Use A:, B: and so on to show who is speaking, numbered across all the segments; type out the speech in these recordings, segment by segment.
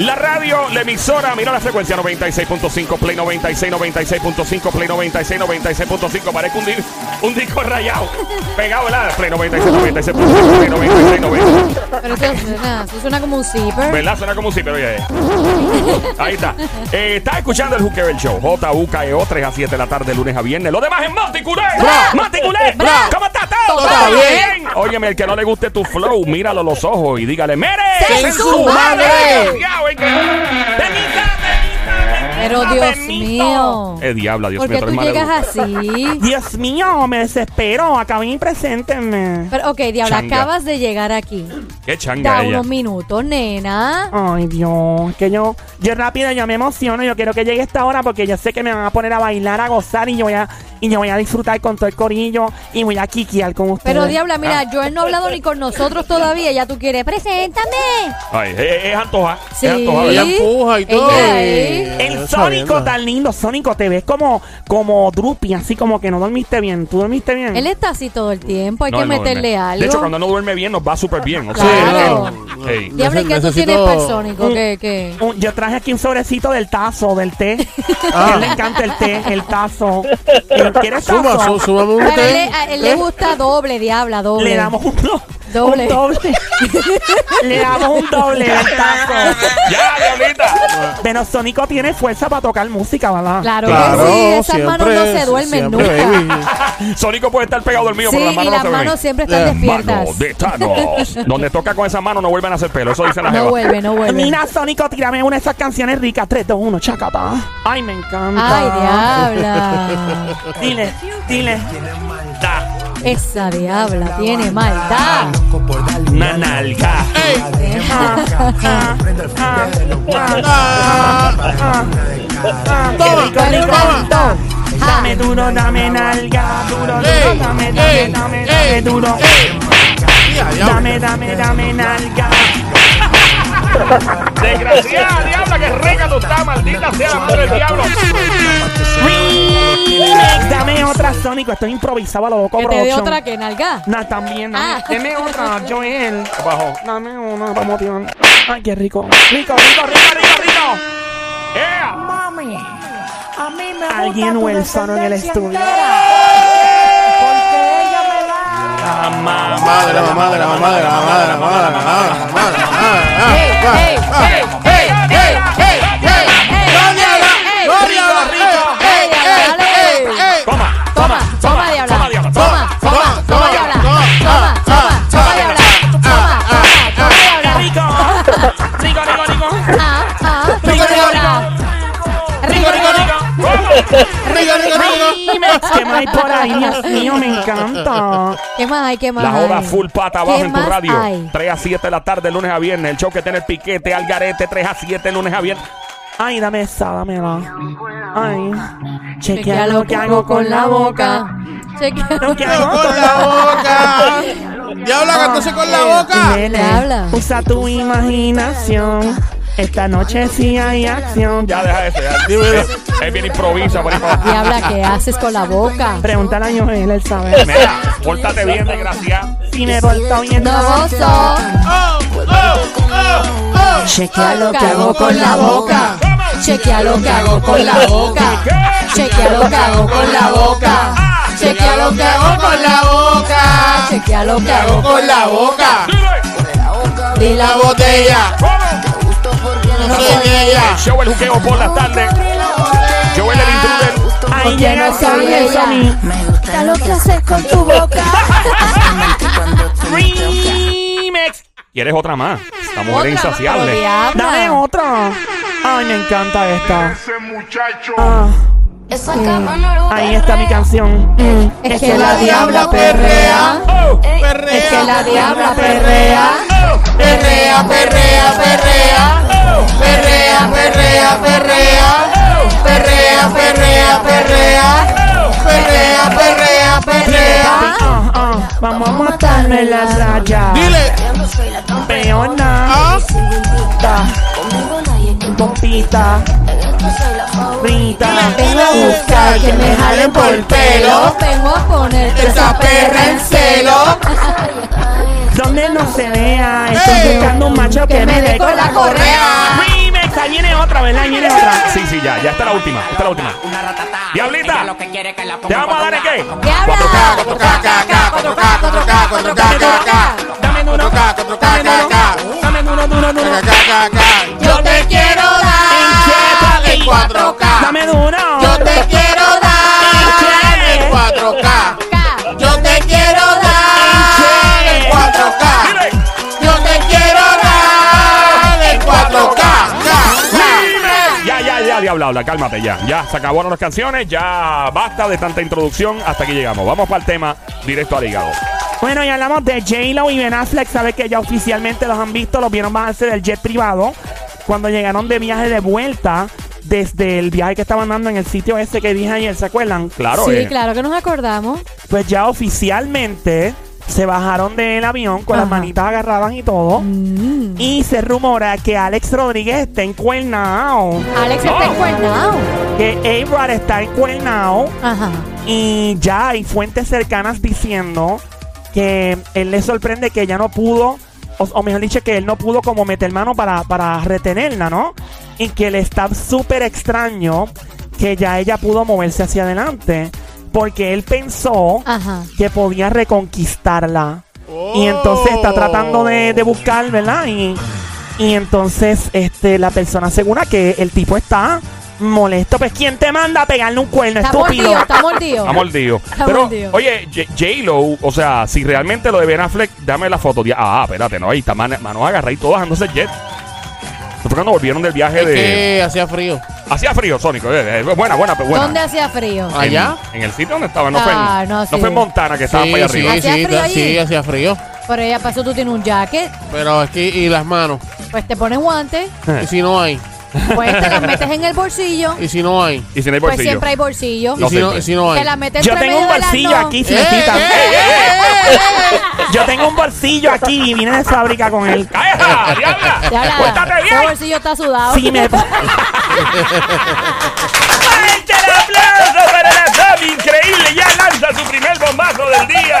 A: La radio, la emisora, mira la frecuencia 96.5, Play 96, 96.5, Play 96, 96.5. Parece un, di- un disco rayado. Pegado, ¿verdad? Play 96, 96.5, Play 96, 96.
B: Pero eso suena, eso suena como un zipper.
A: ¿Verdad? Suena como un pero oye. Ahí está. Eh, está escuchando el Juqueo del Show. j u k 3 a 7 de la tarde, lunes a viernes. Lo demás es Maticulé.
B: Bra.
A: Maticulé.
B: Bra.
A: ¿Cómo está todo?
B: Todo bien.
A: Óyeme, el que no le guste tu flow, míralo a los ojos y dígale, ¡Mere!
B: ¡Sen
A: ¡Sen
B: su
A: madre!
B: madre!
A: Ya, güey, que- ¡Benita, Benita,
B: Pero
A: Benita,
B: Dios
A: Benito!
B: mío.
A: Eh, diabla, Dios
B: ¿Por
A: mío.
B: qué
A: tú
B: tú
A: eres mala
B: llegas
A: educada.
B: así?
C: Dios mío, me desespero. Acá ven y preséntenme.
B: Pero, ok, Diabla,
A: Changa.
B: acabas de llegar aquí.
A: Qué changa
B: Da
A: ella.
B: unos minutos, nena.
C: Ay, Dios, que yo, yo rápido, yo me emociono, yo quiero que llegue esta hora porque yo sé que me van a poner a bailar, a gozar y yo voy a, y yo voy a disfrutar con todo el corillo y voy a quiquear con ustedes.
B: Pero, Diabla, mira, Joel no ha hablado ni con nosotros todavía. Ya tú quieres, preséntame.
A: Ay, es, es- es antoja.
B: Sí.
A: Es antoja,
D: Ella
A: ¿verdad?
D: empuja y
B: Ella
D: todo.
B: ahí.
D: Eh,
C: El
D: yo
C: Sónico
D: sabiendo.
C: tan lindo, Sónico, te ves como, como droopy, así como que no dormiste bien. ¿Tú dormiste bien?
B: Él está así todo el tiempo. Hay
A: Mm. No,
B: que
A: él no duerme.
B: meterle algo.
A: De hecho, cuando no duerme bien, nos va súper bien. O sea,
B: Claro.
D: no.
A: Ey.
B: Diabla, ¿y qué tú
D: Necesito-
B: tienes para el Sónico? ¿Qué, qué?
C: Un- Yo traje aquí un sobrecito del tazo, del té.
D: Ah.
C: A él le encanta el té, el tazo. Eh, ¿Quieres tazo?
D: Suma, su- súmame un
B: Pero a él, le-
D: té.
B: a él le gusta doble, Diabla, doble.
C: Le damos un, do-
B: Doble.
C: un doble. Le damos un doble del tazo.
A: Ya, Diablita.
C: Pero Sónico tiene fuerza para tocar música, ¿verdad?
B: Claro,
D: Claro,
B: que sí, esas manos
D: siempre,
B: no se duermen
D: siempre,
B: nunca.
D: baby.
A: Sónico puede estar pegado dormido,
B: Sí,
A: pero las
B: y
A: manos
B: las
A: no se
B: manos
A: ven.
B: siempre están
D: Las
B: despiertas.
A: Mano de Thanos. Donde toca con esa mano no vuelven a hacer pelo. Eso dice la
B: No
A: jeva.
B: vuelve, no vuelve.
C: Mira, Sónico, tírame una de esas canciones ricas. 3, 2, 1, chacata. Ay, me
B: Ay,
C: encanta.
B: diabla.
C: Dile, dile. Da,
B: Esa diabla tiene maldad.
C: una nalga. Ah, ah. Qué rico,
B: Dale un
C: rico.
B: alto. Ja.
C: Dame duro, dame nalga. Duro, duro,
D: Ey,
C: dame, dame,
D: ey,
C: dame, dame
D: ey,
C: duro.
D: ey. Ya, ya.
C: Dame, dame, dame nalga.
A: Desgraciada, diabla, que rega tú estás, maldita sea la madre del diablo.
C: Remix. Dame otra, Sónico. Estoy improvisado a lo loco,
B: Que te dé
C: production.
B: otra que nalga.
C: No, también. dame-
B: Ah.
C: Deme otra, Joel.
A: Bajo.
C: Dame una para motivar. Ay, qué rico. Rico, rico, rico, rico, rico.
A: ¡Ea!
E: Mami, a mí me
C: Alguien
E: gusta tu
C: Wilson en el
E: descendencia
C: estudio.
E: entera, Porque ella me da.
A: La mamá.
D: Mamá de la mamá de la mamá de la mamá de la mamá de la mamá de la mamá de la mamá de la mamá.
B: Ey, ey,
D: Ey, ey, ey, ey. Gloria a la-
B: ey,
D: gloria a la- ey,
B: ey,
D: ey,
B: dale.
D: ey, ey.
A: Toma,
B: Toma, toma,
A: toma,
B: diabla.
A: diabla,
B: Toma, toma, toma, diabla. Toma, toma, toma, diabla. Toma, toma, toma, diabla.
C: Rico. Rico, rico, rico.
B: Ah, ah,
D: Rico, rico,
B: diabla. Rico, rico,
D: Rico, rico, rico.
C: Remix. ¿Qué más hay por ahí? Dios mío, me encanta.
B: ¿Qué más hay? ¿Qué más
A: La joda
B: hay?
A: full pata abajo
B: ¿Qué
A: en tu
B: más
A: radio.
B: hay?
A: 3 a 7 de la tarde, lunes a viernes. El show que tiene el piquete al garete. 3 a 7, lunes a viernes.
C: Ay, dame esa, dámela. Ay.
B: Chequea lo que hago con la boca. Chequea
C: Lo que hago
D: Con la boca. Diabla, cantóse con la boca.
C: Nene,
B: ¿Qué habla?
C: Ah, Usa tu imaginación. Esta noche sí hay acción.
A: Ya, deja eso. ya.
D: Dímelo.
A: Es- Es bien improvisa, por ahí para abajo.
B: Diabla, ¿qué haces con la boca?
C: Pregúntale a Joel, él sabe.
A: Mira, pórtate bien, desgraciada.
C: Si me porto bien,
B: No gozo.
D: Oh, oh, oh, oh.
B: Chequea lo que hago con la boca. Chequea lo que hago con la boca. Chequea lo que hago con la boca. Chequea lo que hago con la boca.
D: boca.
B: Chequea lo que hago
D: Hago
B: con
D: con la boca.
A: Dile,
B: de
D: La
B: la boca.
D: botella.
A: ¿cómo?
D: No soy de ella.
A: El show el juqueo por las tardes. Yo el intruder.
C: Ahí
B: Porque
C: llega
B: no soy
C: Sony,
B: ella.
C: Sony.
E: Ya lo que haces con tu boca.
C: Remix.
A: ¿Quieres otra más? Esta mujer
B: Otra,
A: insaciable.
B: pero diabla.
C: Dame otra. Ay, me encanta esta. Ah,
F: Esa cama no
C: ahí está mi canción. Mm.
B: Es que la diabla perrea.
A: Oh,
B: Es que la diabla perrea.
D: Perrea, perrea, perrea. Perrea, perrea, perrea. Perrea, perrea, perrea. Perrea, perrea, perrea.
C: Ah, ah, Vamos a matarme las rayas.
D: Dile.
C: Peona,
D: Ah,
C: pompita, rita.
D: Vengo a buscar que me jalen por el pelo.
B: Vengo a poner
D: Esa perra en celo.
C: Donde no se vea,
D: Ey.
C: estoy buscando un macho que me dé con la correa.
D: Correa.
C: Remix. otra, ¿verdad? Y viene otra.
A: Sí, sí, ya, ya está la última. Esta es la última. Diablita. Te vamos a dar en qué.
G: Diabla.
C: Dame duro, dame duro, dame duro, duro, duro.
G: Yo te quiero dar
D: En 4K.
C: Dame duro.
G: Yo te quiero dar
D: En 4K.
G: Yo te quiero dar
D: En 4K.
A: Mire.
G: Yo te quiero dar
D: En 4K.
A: Ya, ya, ya, diabla, habla, cálmate ya. Ya se acabaron las canciones, ya basta de tanta introducción. Hasta aquí llegamos. Vamos para el tema directo al hígado.
C: Bueno, ya hablamos de J-Lo y Ben Affleck. Sabes que ya oficialmente los han visto, los vieron bajarse del jet privado cuando llegaron de viaje de vuelta desde el viaje que estaban dando en el sitio ese que dije ayer, ¿se acuerdan?
A: Claro,
B: sí,
A: eh.
B: claro que nos acordamos.
C: Pues ya oficialmente se bajaron del avión con las
B: Ajá.
C: manitas agarradas y todo.
B: Mm.
C: Y se rumora que Alex Rodríguez está encuernado,
B: Alex está
A: No.
B: encuernado.
C: que A-Rod está encuernado.
B: Ajá.
C: Y ya hay fuentes cercanas diciendo que él le sorprende que ella no pudo, o, o mejor dicho, que él no pudo como meter mano para, para retenerla, ¿no? Y que le está súper extraño que ya ella pudo moverse hacia adelante, porque él pensó
B: Ajá.
C: que podía reconquistarla. Y entonces
D: Oh.
C: está tratando de, de buscar, ¿verdad? Y, y entonces este, la persona asegura que el tipo está molesto. Pues ¿quién te manda a pegarle un cuerno,
B: Está
C: estúpido?
B: mordido, está mordido.
A: Amor mordido.
B: Está
A: Pero,
B: mordido.
A: oye, J- J-Lo, o sea, si realmente lo de Ben Affleck, dame la foto. Dia- Ah, espérate, no, ahí está man- manos agarradas y todos bajándose el jet. Eso fue cuando volvieron del viaje de...
D: Que hacía frío.
A: Hacía frío, Sónico. eh, eh, buena, buena, pero buena.
B: ¿Dónde hacía frío?
A: En-
D: Allá.
A: En, el sitio donde estaba, no, fue,
B: Ah,
A: en,
B: no,
A: no
B: sí.
A: fue en Montana que estaba
D: Sí,
A: para allá arriba.
D: sí,
B: ¿Hacía
D: sí,
B: frío allí?
D: sí, hacía frío.
B: Pero ella pasó, tú tienes un jacket,
D: Pero aquí, y las manos.
B: pues te pones guantes,
D: ¿Y si no hay?
B: pues te las metes en el bolsillo,
D: ¿Y si no hay?
A: Y sin el
B: pues
A: bolsillo.
B: siempre hay bolsillo.
D: ¿Y
A: No
D: si
A: sé,
D: no,
A: pues.
D: y si no hay?
B: Te las metes
C: Yo
B: entre
C: tengo un
B: medio de las
C: bolsillo
B: no-
C: aquí,
D: ¡Eh,
C: Cinetita.
D: eh, eh, eh, eh, eh!
C: Yo tengo un bolsillo aquí y vine de fábrica con él.
A: ¡Cállate, diabla!
B: Ya la-
A: ¡Cuéntate
B: Ese
A: bien!
B: bolsillo está sudado.
C: Si me...
A: ¡Fuerte el aplauso para la Tommy! ¡Increíble! Ya lanza su primer bombazo del día.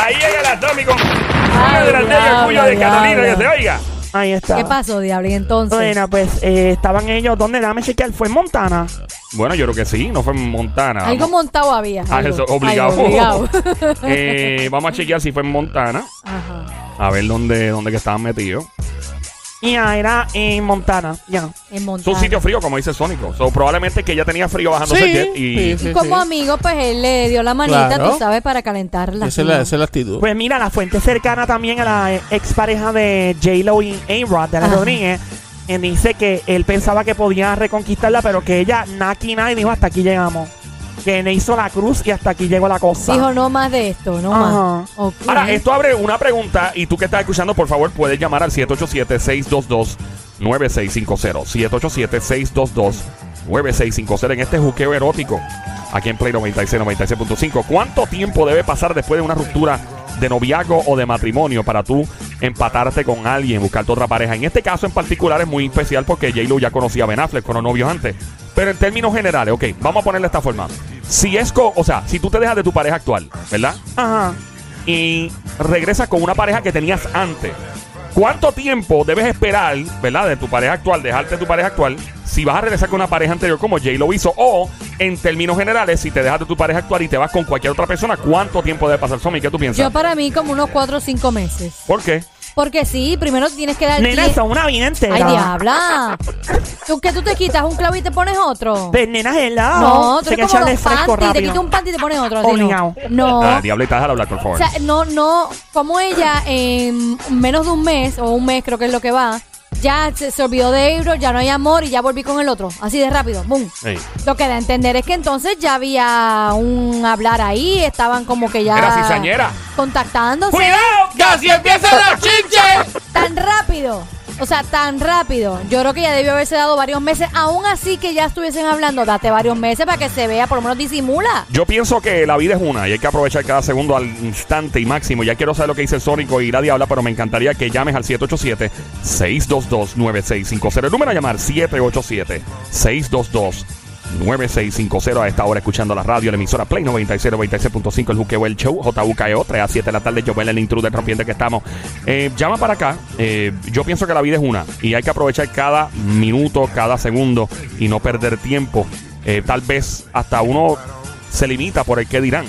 A: Ahí llega la Tommy con una
B: Ay,
A: delantera y el cuello de
B: diablo,
A: Catalina que
B: diablo.
A: se oiga.
C: Ahí está.
B: ¿Qué pasó, diablo? Y entonces.
C: Bueno, pues eh, estaban ellos. ¿Dónde? Dame chequear. Fue en Montana.
A: Bueno, yo creo que sí, no fue en Montana.
B: algo montado había.
A: Ah,
B: algo.
A: eso, obligado.
B: Algo obligado.
A: Eh, vamos a chequear si fue en Montana.
B: Ajá.
A: A ver dónde, dónde que estaban metidos.
C: Ya, era en Montana. Ya.
B: En
A: Es un
B: Montana.
A: sitio frío, como dice Sónico. So, probablemente que ella tenía frío bajándose el jet y
D: sí, sí,
B: Y como
D: sí.
B: amigo, pues él le dio la manita,
D: Claro.
B: tú sabes, para calentarla.
D: Esa es la, esa es la actitud.
C: Pues mira, la fuente cercana también a la eh, expareja de J-Lo y A-Rod, de la
B: Ajá.
C: Rodríguez, eh, dice que él pensaba que podía reconquistarla, pero que ella, Naki Nai, dijo hasta aquí llegamos. Que le hizo la cruz y hasta aquí llegó la cosa.
B: Dijo, no más de esto, no más.
C: Ajá.
B: Ok.
A: Ahora, esto abre una pregunta y tú que estás escuchando, por favor, puedes llamar al 787-622-9650. 787-622-9650 en este juqueo erótico aquí en Play 96, 96.5. ¿Cuánto tiempo debe pasar después de una ruptura de noviazgo o de matrimonio para tú empatarte con alguien, buscarte otra pareja? En este caso en particular es muy especial porque J-Lo ya conocía a Ben Affleck con los novios antes. Pero en términos generales, ok, vamos a ponerle de esta forma. Si es, co- o sea, si tú te dejas de tu pareja actual, ¿verdad?
C: Ajá.
A: y regresas con una pareja que tenías antes. ¿Cuánto tiempo debes esperar, verdad, de tu pareja actual, dejarte de tu pareja actual, si vas a regresar con una pareja anterior como Jay lo hizo? O, en términos generales, si te dejas de tu pareja actual y te vas con cualquier otra persona, ¿cuánto tiempo debe pasar, Somi? ¿Qué tú piensas?
B: Yo para mí como unos 4 o 5 meses.
A: ¿Por qué?
B: Porque sí, primero tienes que dar...
C: Nena,
B: tie-
C: son una vida entera.
B: Ay, diabla. ¿Tú que tú te quitas un clavo y te pones otro?
C: Pues, nena, helado.
B: no, tú
C: Sé que
B: eres como
C: echarle
B: los
C: fresco
B: panties. Te
C: rápido.
B: quitas un panty y te pones otro. así,
C: Obligado.
B: No.
A: Ah,
B: no.
A: Diablita, déjala hablar, por favor.
B: O sea, no, no, como ella en menos de un mes, o un mes creo que es lo que va, ya se, se olvidó de Ebro, ya no hay amor y ya volví con el otro. Así de rápido, boom.
A: Ey.
B: Lo que da a entender es que entonces ya había un hablar ahí, estaban como que ya...
A: Era cizañera.
B: Contactándose
A: ¡Cuidado!
D: ¡Casi empiezan los chinches!
B: tan rápido. O sea, tan rápido. Yo creo que ya debió haberse dado varios meses. Aún así que ya estuviesen hablando, date varios meses para que se vea, por lo menos disimula.
A: Yo pienso que la vida es una y hay que aprovechar cada segundo al instante y máximo. Ya quiero saber lo que dice el Sónico y la Diabla, pero me encantaría que llames al 787-622-9650. El número a llamar, 787-622-9650. 9650 a esta hora escuchando la radio, la emisora Play 96, 96.5, el Juqueo, el Show, JUKEO, 3 E a 7 de la tarde, Joel, el intruder rompiente que estamos. Eh, llama para acá, Eh, yo pienso que la vida es una y hay que aprovechar cada minuto, cada segundo y no perder tiempo. Eh, tal vez hasta uno se limita por el que dirán.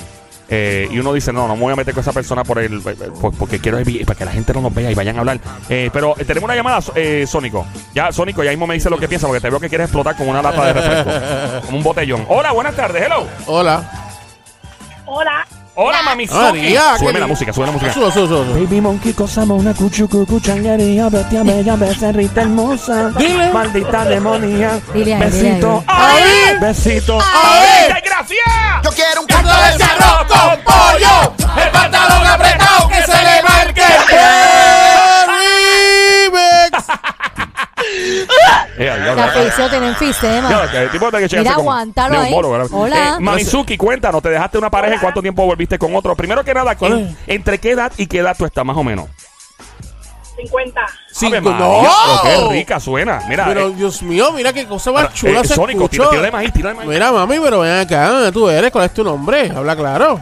A: Eh, y uno dice, no, no me voy a meter con esa persona por el, eh, por- porque quiero evi- para que la gente no nos vea y vayan a hablar. Eh, pero eh, tenemos una llamada, eh, Sónico. Ya, Sónico, ya mismo me dice lo que piensa, porque te veo que quieres explotar con una lata de refresco. como un botellón. Hola, buenas tardes, hello.
D: Hola.
H: Hola.
A: Hola, mami Soki.
D: María,
A: Súbeme
D: qué
A: la
D: li-
A: música, súbeme la música.
D: Subo, subo, subo, subo.
C: Baby monkey, cosa mona, cuchu, cucu, changuería, bestia bella, becerrita hermosa.
D: Dile.
C: Maldita demonia.
B: Dile Ah, a él,
C: Besito.
B: dile
D: ¡Ay!
C: Besito.
D: ¡Ay!
A: ¡Desgracia!
I: Yo quiero un
D: Canto de ese arroz con pollo, el pantalón apretado que se le marque el remix.
A: Eh, ya, ya,
B: La
A: ya.
B: felicidad tienen fiste,
A: Ya,
B: ¿eh, ma?
A: que el tipo tiene que chequearse
B: Mira,
A: como
B: aguántalo ahí.
A: neumólogo, ¿verdad?
B: Hola.
A: Eh, Manizuki, cuéntanos, ¿te dejaste una pareja? ¿En cuánto tiempo volviste con otro? Primero que nada, ¿en-
D: Hola.
A: ¿entre qué edad y qué edad tú estás más o menos?
H: 50.
D: Cinco,
A: Ave María,
D: no.
A: ¡Qué rica suena! Mira,
D: Pero
A: eh,
D: Dios mío, mira qué cosa
A: ahora,
D: más chula
A: eh,
D: se
A: Sónico, tira,
D: escuchó.
A: tira de maíz, tira de maíz.
D: Mira, mami, pero ven acá, ¿dónde tú eres? ¿Cuál es tu nombre? Habla claro.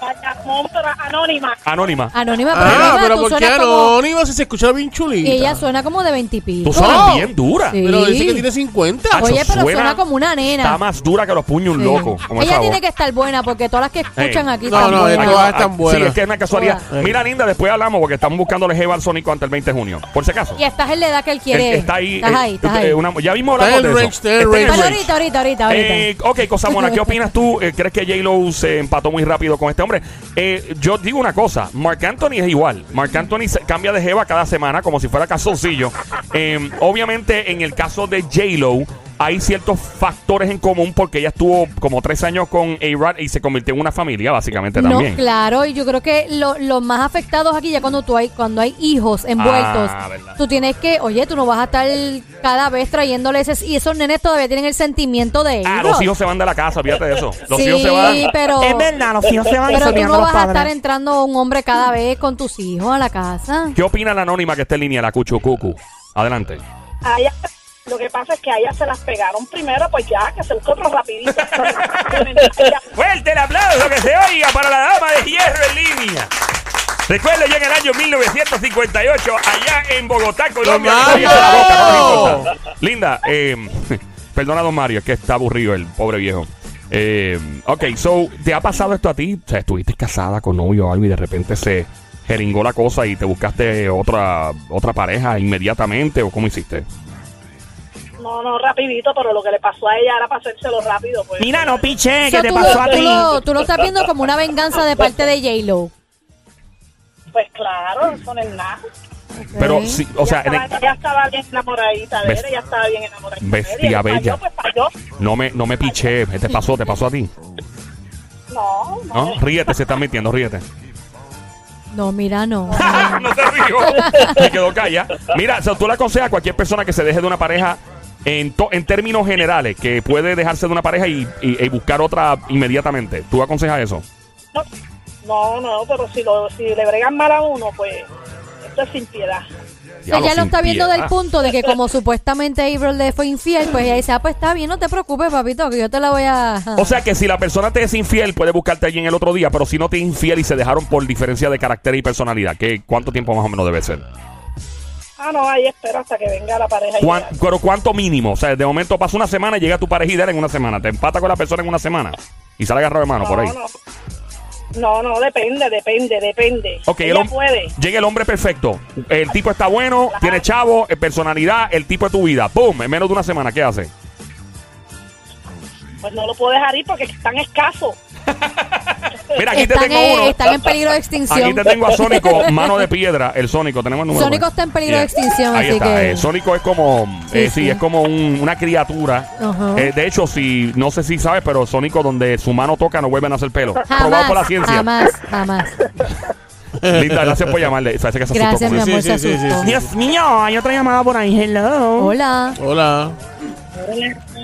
H: Varias monstruas anónimas.
A: Anónima.
B: Anónima, pero,
D: Ah,
B: anónima,
D: pero
B: tú
D: ¿por qué
B: suenas como...
D: anónima si se escucha bien chulita?
B: Y ella suena como de veintipico.
A: Tú sonas
D: No.
A: bien dura.
B: Sí.
D: Pero dice que tiene 50.
A: Hacho,
B: Oye, pero suena como una nena.
A: Está más dura que los puños un
B: Sí.
A: loco. como
B: Ella
A: esa
B: tiene
A: voz.
B: que estar buena porque todas las que escuchan
A: Ey.
B: aquí
D: No,
B: están
D: no,
B: buenas.
D: esto- todas tan
A: Ah, Sí,
D: buenas.
A: es que es una casualidad.
D: Todas.
A: Mira, linda, después hablamos porque estamos buscando el Jeval Sónico antes del 20 de junio. Por si acaso.
B: Y estás en la edad que él quiere.
A: Él Está ahí.
B: Estás
A: eh,
B: ahí, estás
A: eh,
B: ahí.
A: una- ya mismo
D: Está
A: hablamos
D: en
A: de
D: el
A: eso.
D: range, está en el
A: Está en el
D: range.
B: Pero
A: range.
B: ahorita, ahorita, ahorita, ahorita.
A: Eh, ok, Cosa Mona, ¿qué opinas tú? Eh, ¿Crees que J-Lo se empató muy rápido con este hombre? Eh, yo digo una cosa, Mark Anthony es igual. Mark Anthony se- cambia de jeva cada semana como si fuera calzoncillo. Eh, obviamente, en el caso de J-Lo, hay ciertos factores en común porque ella estuvo como tres años con A-Rod y se convirtió en una familia, básicamente,
B: no,
A: también.
B: claro, y yo creo que lo- los más afectados aquí ya cuando tú hay cuando hay hijos envueltos,
A: Ah, verdad.
B: tú tienes que, oye, tú no vas a estar cada vez trayéndole ese y esos nenes todavía tienen el sentimiento de ellos.
A: Ah, los hijos se van de la casa, fíjate de eso. Los
B: sí,
A: hijos se van.
B: pero
C: Es verdad, los hijos se van
B: Oh. pero tú
C: olvidando
B: no
C: los
B: vas a estar
C: padres.
B: entrando un hombre cada vez con tus hijos a la casa.
A: ¿Qué opina la anónima que está en línea, la Cuchucucu? Adelante.
H: A ella- lo que pasa es que a ellas se las pegaron primero, pues ya, que se busque otro rapidito.
A: Fuerte el aplauso que se oiga para la dama de hierro en línea. Recuerdo ya en el año 1958, allá en Bogotá, Colombia.
D: ¡Don
A: que todavía
D: Mario!
A: está la boca, no le importa. Linda, eh, perdona, don Mario, es que está aburrido el pobre viejo. Eh, ok, so, ¿te ha pasado esto a ti? O sea, estuviste casada con novio o algo y de repente se jeringó la cosa y te buscaste otra, otra pareja inmediatamente o cómo hiciste?
H: no, no, rapidito, pero lo que le pasó a ella era para hacérselo rápido. Pues.
C: Mira, no piche,
B: O sea,
C: que
B: tú
C: te pasó
B: lo,
C: a
B: tú
C: ti.
B: lo- tú lo estás viendo como una venganza de parte de J-Lo.
H: Pues claro, eso no es nada.
A: Pero, sí, o sea, en
H: ella,
A: el-
H: estaba, ella estaba bien enamoradita de él,
A: Best-
H: ella estaba bien enamoradita.
A: bestia
H: de él, y falló,
A: bella.
H: pues, falló.
A: no me, no me piché, te pasó, te pasó a ti.
H: No, no.
A: ¿No? Ríete, se está mintiendo, ríete.
B: No, mira, no.
A: no se rió. Se quedó calla. Mira, o sea, tú le aconsejas a cualquier persona que se deje de una pareja en, to- en términos generales, que puede dejarse de una pareja y, y- y buscar otra inmediatamente. ¿Tú aconsejas eso?
H: No, no, no, pero si, lo, si le bregan mal a uno, pues esto es sin piedad.
B: O sea,
A: Diablo,
B: ella Pues lo
A: sin
B: está viendo
A: piedad.
B: del punto de que como supuestamente April le fue infiel, pues ella dice, ah, pues está bien, no te preocupes, papito, que yo te la voy a...
A: O sea que si la persona te es infiel, puede buscarte alguien el otro día, pero si no te es infiel y se dejaron por diferencia de carácter y personalidad, ¿qué, ¿cuánto tiempo más o menos debe ser?
H: Ah, no, ahí espera hasta que venga la pareja.
A: ¿Cuán-
H: ideal.
A: pero ¿Cuánto mínimo? O sea, de momento pasa una semana y llega tu pareja ideal en una semana. Te empata con la persona en una semana y sale agarrado de mano por ahí.
H: No, no, no, depende, depende, depende.
A: Ok, el
H: Ella
A: hom-
H: puede.
A: llega el hombre perfecto. El tipo está bueno, tiene chavo, eh, personalidad, el tipo de tu vida. ¡Pum! En menos de una semana, ¿qué hace?
H: Pues no lo puedo dejar ir porque están escasos.
A: Mira, aquí te
B: están,
A: tengo
B: en,
A: uno.
B: están en peligro de extinción.
A: Aquí te tengo a Sónico, mano de piedra. El Sónico, tenemos el número.
B: Sónico
A: por ahí.
B: está en peligro de extinción,
A: Ahí
B: así
A: está.
B: que-
A: eh, Sónico es como. eh, Sí,
B: Sí, sí.
A: es como un- una criatura.
B: Ajá.
A: Eh, de hecho, si no sé si sabes, pero Sónico, donde su mano toca, no vuelven a hacer pelo. Probado
B: Jamás,
A: por la ciencia.
B: jamás, jamás.
A: Linda, gracias por llamarle. Parece que se asustó
B: Gracias,
A: con
B: mi
A: eso.
B: amor,
D: Sí,
B: se
D: sí, sí, sí,
B: asustó.
D: sí.
C: Dios mío, hay otra llamada por ahí. Hello.
B: Hola.
D: Hola.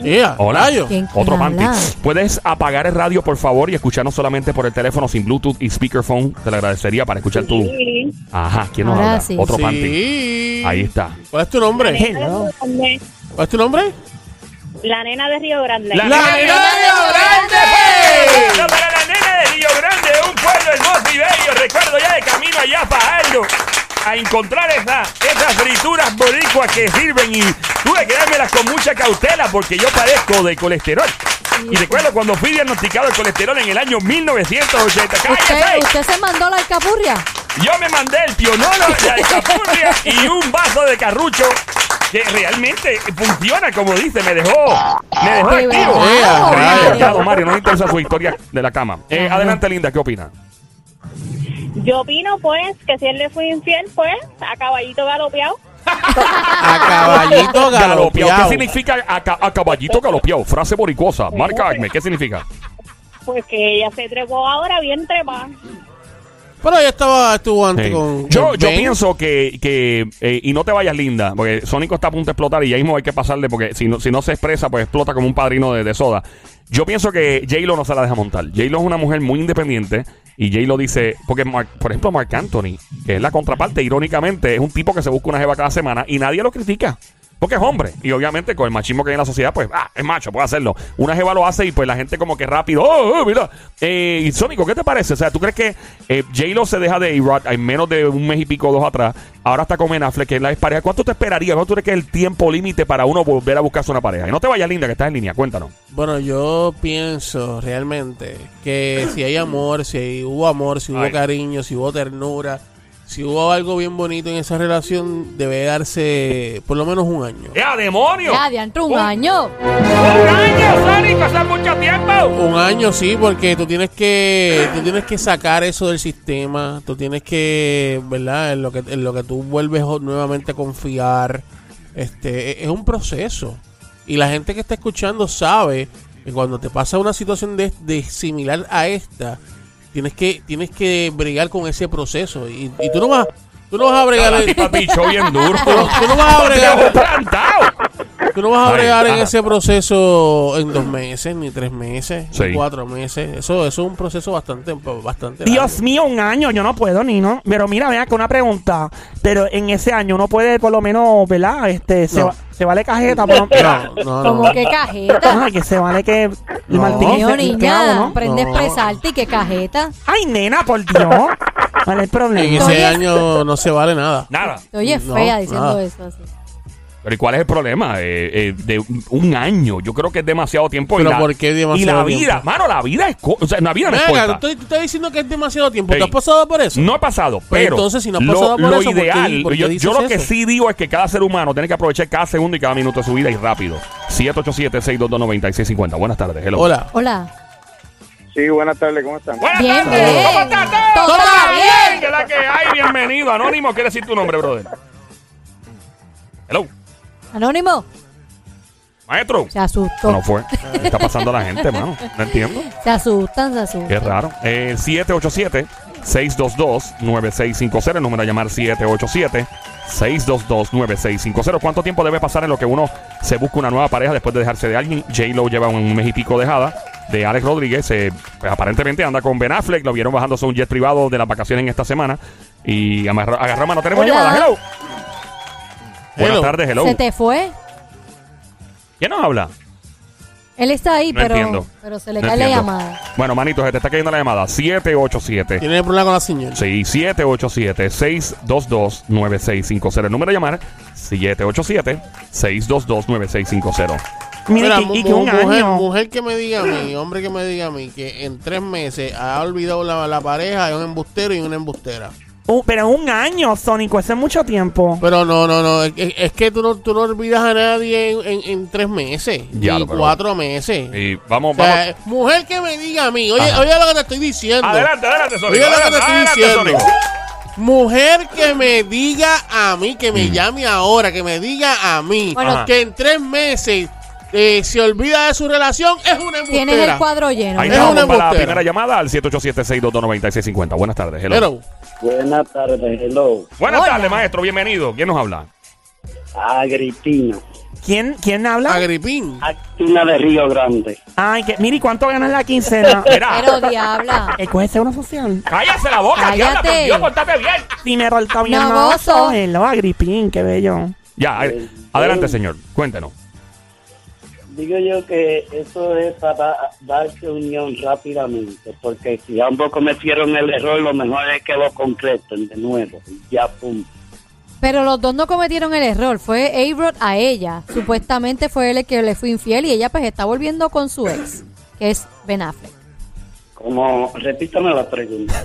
D: Yeah,
A: Hola,
D: rayo.
B: ¿Quién
A: otro
B: quiere
A: panty.
B: hablar?
A: Puedes apagar el radio, por favor, y escucharnos solamente por el teléfono sin Bluetooth y speakerphone. Te lo agradecería para escuchar tu.
H: Sí.
A: Ajá, ¿quién nos
B: Ahora
A: habla?
B: sí.
A: Otro panty.
D: Sí.
A: Ahí está.
D: ¿Cuál es tu nombre?
C: Hello.
D: ¿Cuál es tu nombre?
I: La nena de Río Grande.
A: La-
D: ¡La nena de Río Grande!
A: Bueno, para la nena de Río Grande, un pueblo hermoso y bello. Recuerdo ya de camino allá para algo. A encontrar esa- esas frituras boricuas que sirven y tuve que dármelas con mucha cautela porque yo padezco de colesterol. Y recuerdo cuando fui diagnosticado de colesterol en el año 1980.
B: ¿Usted,
A: ¡Cállate!
B: usted se mandó la alcapurria?
A: Yo me mandé el pionolo, la alcapurria y un vaso de carrucho que realmente funciona, como dice, me dejó, me dejó
B: De
A: activo.
B: verdad,
A: Me dejó
B: Mario.
A: activo, Mario, no me interesa su historia de la cama. Eh,
B: Ajá.
A: adelante, Linda, ¿qué opina?
I: Yo opino, pues, que si él le fue infiel, pues, a caballito galopeado.
D: A caballito
A: ¿Qué
D: galopeado.
A: significa a, ca- a caballito galopeado? Frase boricuosa. Marca Acme, ¿qué significa?
I: Pues que ella se trepó ahora bien trepada.
D: Pero yo estaba estuvo antes
A: Sí.
D: con.
A: Yo,
D: con
A: yo
D: Ben.
A: pienso que, que eh, y no te vayas linda, porque Sónico está a punto de explotar y ya mismo hay que pasarle, porque si no, si no se expresa, pues explota como un padrino de, de soda. Yo pienso que J-Lo no se la deja montar. J-Lo es una mujer muy independiente y J-Lo dice, porque Mark- por ejemplo Mark Anthony, que es la contraparte, irónicamente, es un tipo que se busca una jeva cada semana y nadie lo critica. Porque es hombre. Y obviamente con el machismo que hay en la sociedad, pues, ah, es macho, puede hacerlo. Una jeva lo hace y pues la gente como que rápido, oh, oh, mira. Eh, y Sónico, ¿qué te parece? O sea, ¿tú crees que eh, J-Lo se deja de A-Rod en menos de un mes y pico, dos atrás? Ahora está con Ben Affleck, que es la pareja. ¿Cuánto te esperaría? ¿Cuánto crees que es el tiempo límite para uno volver a buscarse una pareja? Y no te vayas, linda, que estás en línea. Cuéntanos.
D: Bueno, yo pienso realmente que si hay amor, si hay- hubo amor, si hubo
A: Ay.
D: cariño, si hubo ternura, si hubo algo bien bonito en esa relación, debe darse por lo menos un año.
A: ¡Ea, demonio!
B: Ya, diantre, un año.
A: ¡Un año, Sónico! ¡Hace mucho tiempo!
D: Un año sí, porque tú tienes que tú tienes que sacar eso del sistema, tú tienes que, ¿verdad? En lo que en lo que tú vuelves o- nuevamente a confiar. Este, e- es un proceso. Y la gente que está escuchando sabe que cuando te pasa una situación de, de similar a esta, tienes que tienes que bregar con ese proceso y, y tú no vas tú no vas a bregar
A: La tipa pichó bien duro.
D: tú no- tú no vas a bregar
A: plantado!
D: Tú no vas a
A: Ay, ah.
D: bregar en
A: ajá.
D: ese proceso en dos meses, ni tres meses,
A: Sí.
D: ni cuatro meses. Eso, eso es un proceso bastante, bastante
C: Dios mío, un año, yo no puedo, Nino. Pero mira, vea que una pregunta. Pero en ese año uno puede, por lo menos, ¿verdad? Este, se,
D: No.
C: va- se vale cajeta, por lo menos.
D: largo. No, no,
B: Como
D: no.
B: que cajeta.
C: Ay, que se vale que
D: No.
C: Martín
B: Dios,
C: se- clavo,
B: niña,
C: ¿no?
B: aprende
D: No.
B: a expresarte y qué cajeta.
C: Ay, nena, por Dios. ¿Cuál es el
D: En
C: problema?
D: ese año no se vale nada.
A: Nada.
B: Te oyes
D: No,
B: fea diciendo
D: nada.
B: eso así.
A: Pero ¿y cuál es el problema? Eh, eh, de un- un año. Yo creo que es demasiado tiempo. y
D: Pero
A: la-
D: ¿por qué demasiado
A: Y la vida,
D: tiempo?
A: mano, la vida es... co- O sea, la vida no es
D: Venga, tú,
A: corta.
D: estás- tú estás diciendo que es demasiado tiempo.
A: Ey.
D: ¿Te has pasado por eso? Pues
A: No ha pasado, pero...
D: entonces, si no ha
A: lo-
D: pasado por
A: lo
D: eso, ¿por qué-
A: ideal,
D: por qué
A: yo, yo
D: dices
A: lo que
D: eso?
A: sí digo es que cada ser humano tiene que aprovechar cada segundo y cada minuto de su vida y rápido. 787-622-9650. Buenas tardes, hello.
D: Hola.
B: Hola.
J: Sí, buenas tardes, ¿cómo están?
A: Buenas
B: Bien,
A: tardes.
B: bien.
A: ¿Cómo estás? todo?
B: Todo
A: bien. Que la que hay, bienvenido. Anónimo, ¿quieres decir tu nombre, brother? Hello,
B: Anónimo.
A: maestro.
B: Se asustó.
A: No fue. ¿Qué está pasando a la gente, mano? No entiendo.
B: Se asustan, se asustan.
A: Qué raro. Eh, 787-622-9650. El número a llamar 787-622-9650. ¿Cuánto tiempo debe pasar en lo que uno se busca una nueva pareja después de dejarse de alguien? J-Lo lleva un mes y pico dejada de Alex Rodríguez. eh, pues, aparentemente anda con Ben Affleck. Lo vieron bajándose a un jet privado de las vacaciones en esta semana. Y amarra- agarró mano. Tenemos
B: Hola.
A: llamada. Hello. Buenas
D: Hello.
A: tardes. Hello.
B: Se te fue.
A: ¿Quién nos habla?
B: Él está ahí,
A: No
B: pero,
A: entiendo.
B: pero se le
A: No
B: cae la
A: entiendo.
B: llamada.
A: Bueno, manito, se te está cayendo la llamada. 787.
D: ¿Tienes problema con la señora?
A: Sí, 787-622-9650. El número a llamar, 787-622-9650.
C: Mira,
D: Mira,
C: que-
D: mu-
C: y que un
D: mu- mujer,
C: año.
D: mujer que me diga a mí, hombre que me diga a mí, que en tres meses ha olvidado la, la pareja, es un embustero y una embustera.
C: Uh, pero un año, Sónico, ese es mucho tiempo.
D: Pero no, no, no. Es, es- es que tú no, tú no olvidas a nadie en, en- en tres meses.
A: Ya,
D: ni
A: pero-
D: cuatro meses.
A: Y vamos,
D: O sea,
A: vamos.
D: mujer que me diga a mí, oye,
A: Ajá.
D: oye lo que te estoy diciendo.
A: Adelante, adelante, Sónico.
D: Oye lo que te
A: Adelante,
D: estoy
A: adelante,
D: diciendo.
A: Sónico.
D: Mujer que me diga a mí, que
A: Mm.
D: me llame ahora, que me diga a mí,
A: Bueno.
D: que en tres meses eh, se olvida de su relación, es una embustera.
B: Tienes el cuadro lleno.
A: Ahí
D: Es
A: vamos
D: una
A: para la
D: embustera.
A: primera llamada al 787-622-9650. Buenas tardes. hello.
D: Pero,
J: Buenas tardes, hello.
A: Buenas
B: Hola.
A: tardes, maestro. Bienvenido. ¿Quién nos habla?
J: Agripino,
C: ¿Quién, quién habla?
D: Agripín.
J: Actina de Río Grande.
C: Ay, que, mire, ¿y ¿cuánto ganas la quincena?
A: Mira,
B: Pero diabla.
C: Eh, coge seguro social.
A: cállese la boca.
B: Cállate.
A: diabla, por Dios, portate bien.
C: Dinero está bien.
B: No,
C: no,
B: gozo.
C: cógelo, Agripín, qué bello.
A: eh, Ya, ad- adelante, señor. Cuéntenos.
J: digo yo que eso es para darse unión rápidamente, porque si ambos cometieron el error, lo mejor es que lo concreten de nuevo. y Ya, punto.
B: Pero los dos no cometieron el error. Fue Abrod a ella. Supuestamente fue él el que le fue infiel y ella pues está volviendo con su ex, que es Ben Affleck.
J: Como, repítame la pregunta.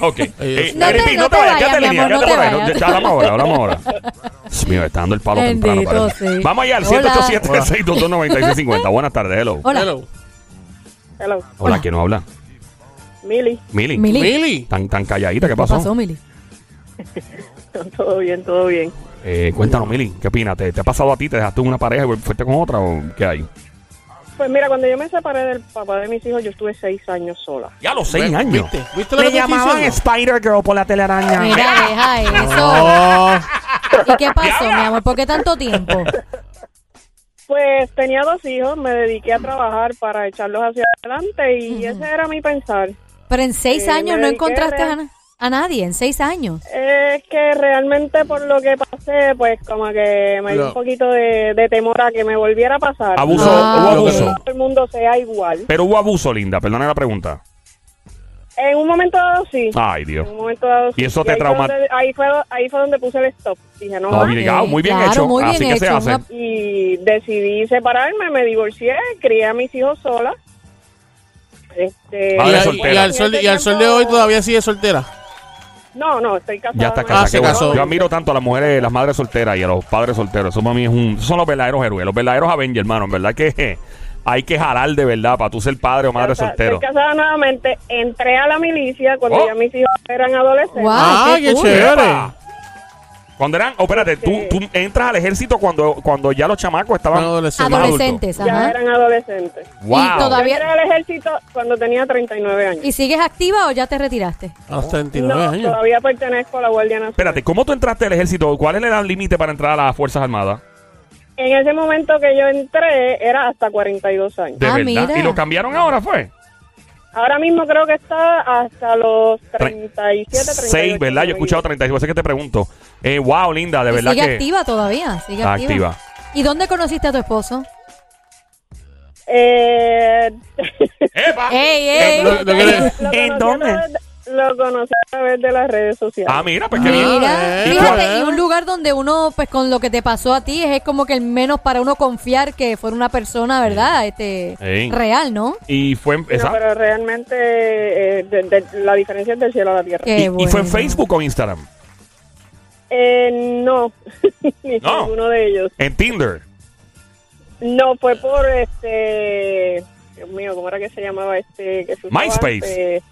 A: Ok. Eh,
B: No te-
A: Eripi,
B: no te
A: vayas,
B: vayas,
A: quédate en
B: mi
A: línea, quédate
B: amor, no te
A: por ahí,
B: vayas.
A: ya hablamos ahora, hablamos ahora. Dios mío, está dando el palo temprano.
B: Bendito,
A: parece.
B: sí.
A: Vamos allá al
B: Hola.
A: 787 622 Buenas tardes, hello.
B: Hola.
H: Hello.
A: Hola, ¿quién nos habla?
H: Mili,
A: Mili.
B: Mili.
D: Mili.
A: Tan, tan calladita, ¿qué
B: ¿Qué
A: pasó?
B: pasó, Mili?
H: todo bien, todo bien.
A: Eh, cuéntanos, Mili, ¿qué opinas? ¿Te, te ha pasado a ti? ¿Te dejaste una pareja y fuiste con otra o qué hay?
H: Pues mira, cuando yo me separé del papá de mis hijos, yo estuve seis años sola.
A: Ya a los seis
D: Ve-
A: años.
D: ¿Viste? ¿Viste lo que
C: Me
D: te estoy
C: llamaban
D: diciendo?
C: Spider-Girl por la telaraña.
B: Mira, deja eso.
D: Oh,
B: ¿Y qué pasó, mi amor? ¿Por qué tanto tiempo?
H: Pues tenía dos hijos, me dediqué a trabajar para echarlos hacia adelante y ese era mi pensar.
B: Pero en seis
H: Eh,
B: años
H: me
B: no
H: dediqué
B: encontraste
H: a-
B: a, na- a nadie, en seis años.
H: Es que realmente por lo que pasé, pues como que me dio
D: Lo-
H: un poquito de, de temor a que me volviera a pasar.
A: Abuso,
B: Ah.
A: hubo
D: Lo que
A: abuso.
D: son.
H: Todo el mundo sea igual.
A: Pero hubo abuso, linda, perdona la pregunta.
H: En un momento dado sí.
A: Ay,
H: En
A: Dios.
H: un momento dado sí.
A: Y eso te
H: ahí fue
A: trauma-
H: donde- Ahí fue, ahí fue donde puse el stop. Dije, no,
A: No,
H: más.
A: obligado,
B: eh,
A: muy bien
B: claro,
A: hecho.
B: muy bien
A: Así que se
B: hecho,
A: hace.
B: una-
H: y decidí separarme, me divorcié, crié a mis hijos sola. Este,
D: y,
A: Madre
D: al-
A: soltera.
D: y al sol, y al sol de hoy todavía sigue soltera.
H: No, no, estoy casada.
A: Ya está
H: no.
A: casada.
D: Ah, se
A: qué bueno.
D: casó.
A: Yo admiro tanto a las mujeres, las madres solteras y a los padres solteros. Eso para mí es un. esos Son los verdaderos héroes, los verdaderos Avengers, hermano. En verdad que je, hay que jalar de verdad para tú ser padre o madre
H: Casa-
A: soltero.
H: Estoy casada nuevamente. Entré a la milicia cuando
A: Oh.
H: ya mis hijos eran adolescentes.
B: Guau.
D: Ah,
B: Ah,
D: qué
B: qué cool.
D: chévere.
A: ¡Epa! Cuando eran, oh, espérate, tú, tú entras al ejército cuando, cuando ya los chamacos estaban
D: Eran adolescentes.
A: más adultos.
B: Adolescentes,
H: Ya
B: ajá.
H: eran adolescentes.
A: Wow.
B: Y todavía-
H: Entré al ejército cuando tenía 39 años.
B: ¿Y sigues activa o ya te retiraste?
D: A los 39
H: No,
D: años.
H: todavía pertenezco a la Guardia Nacional.
A: Espérate, ¿cómo tú entraste al ejército? ¿Cuál era el límite para entrar a las Fuerzas Armadas?
H: En ese momento que yo entré era hasta 42 años.
A: De
B: Ah,
A: verdad.
B: mira.
A: ¿Y lo cambiaron ahora, fue?
H: Ahora mismo creo que está hasta los 37, 38.
A: Seis, ¿verdad? Yo he escuchado 36, por eso es que te pregunto. Eh, wow, linda, de
B: ¿Y
A: verdad
B: sigue
A: que...
B: activa todavía, sigue
A: Está
B: activa.
A: activa.
B: ¿Y dónde conociste a tu esposo?
H: Eh,
A: ¡Epa! Eh,
B: ¡Ey, ey!
D: Lo- lo que-
H: lo
C: ¿En
H: conocí
C: dónde?
H: a través- Lo conocí a través de las redes sociales.
A: Ah, mira, pues qué bien.
B: Mira,
D: eh,
B: fíjate,
D: eh.
B: y un lugar donde uno, pues con lo que te pasó a ti, es como que el menos para uno confiar que fuera una persona, ¿verdad? Este,
A: Ey.
B: real, ¿no?
A: Y fue... en-
H: No,
A: esa-
H: pero realmente eh, de- de- la diferencia es del cielo a la tierra.
B: Qué
A: y, y fue en
B: bueno.
A: Facebook o Instagram?
H: Eh, no, ni
A: No.
H: ninguno de ellos.
A: En Tinder.
H: No, fue por este. Dios mío, ¿cómo era que se llamaba este? Que se usaba
A: MySpace.
H: antes?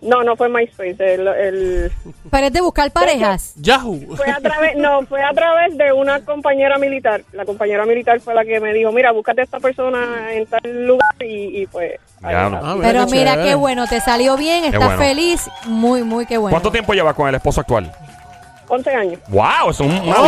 H: No, no fue MySpace. El, el-
B: Pero es de buscar parejas.
D: Yahoo.
H: fue a través, no, fue a través de una compañera militar. La compañera militar fue la que me dijo, mira, búscate a esta persona en tal lugar y, y pues... ahí
A: Ya,
H: está.
A: no.
B: Pero mira
D: Ah, chévere.
B: qué bueno, te salió bien, estás
A: bueno.
B: feliz, muy, muy qué bueno.
A: ¿Cuánto tiempo llevas con el esposo actual?
H: 11 años.
A: ¡Wow! Es un- una
D: Oh,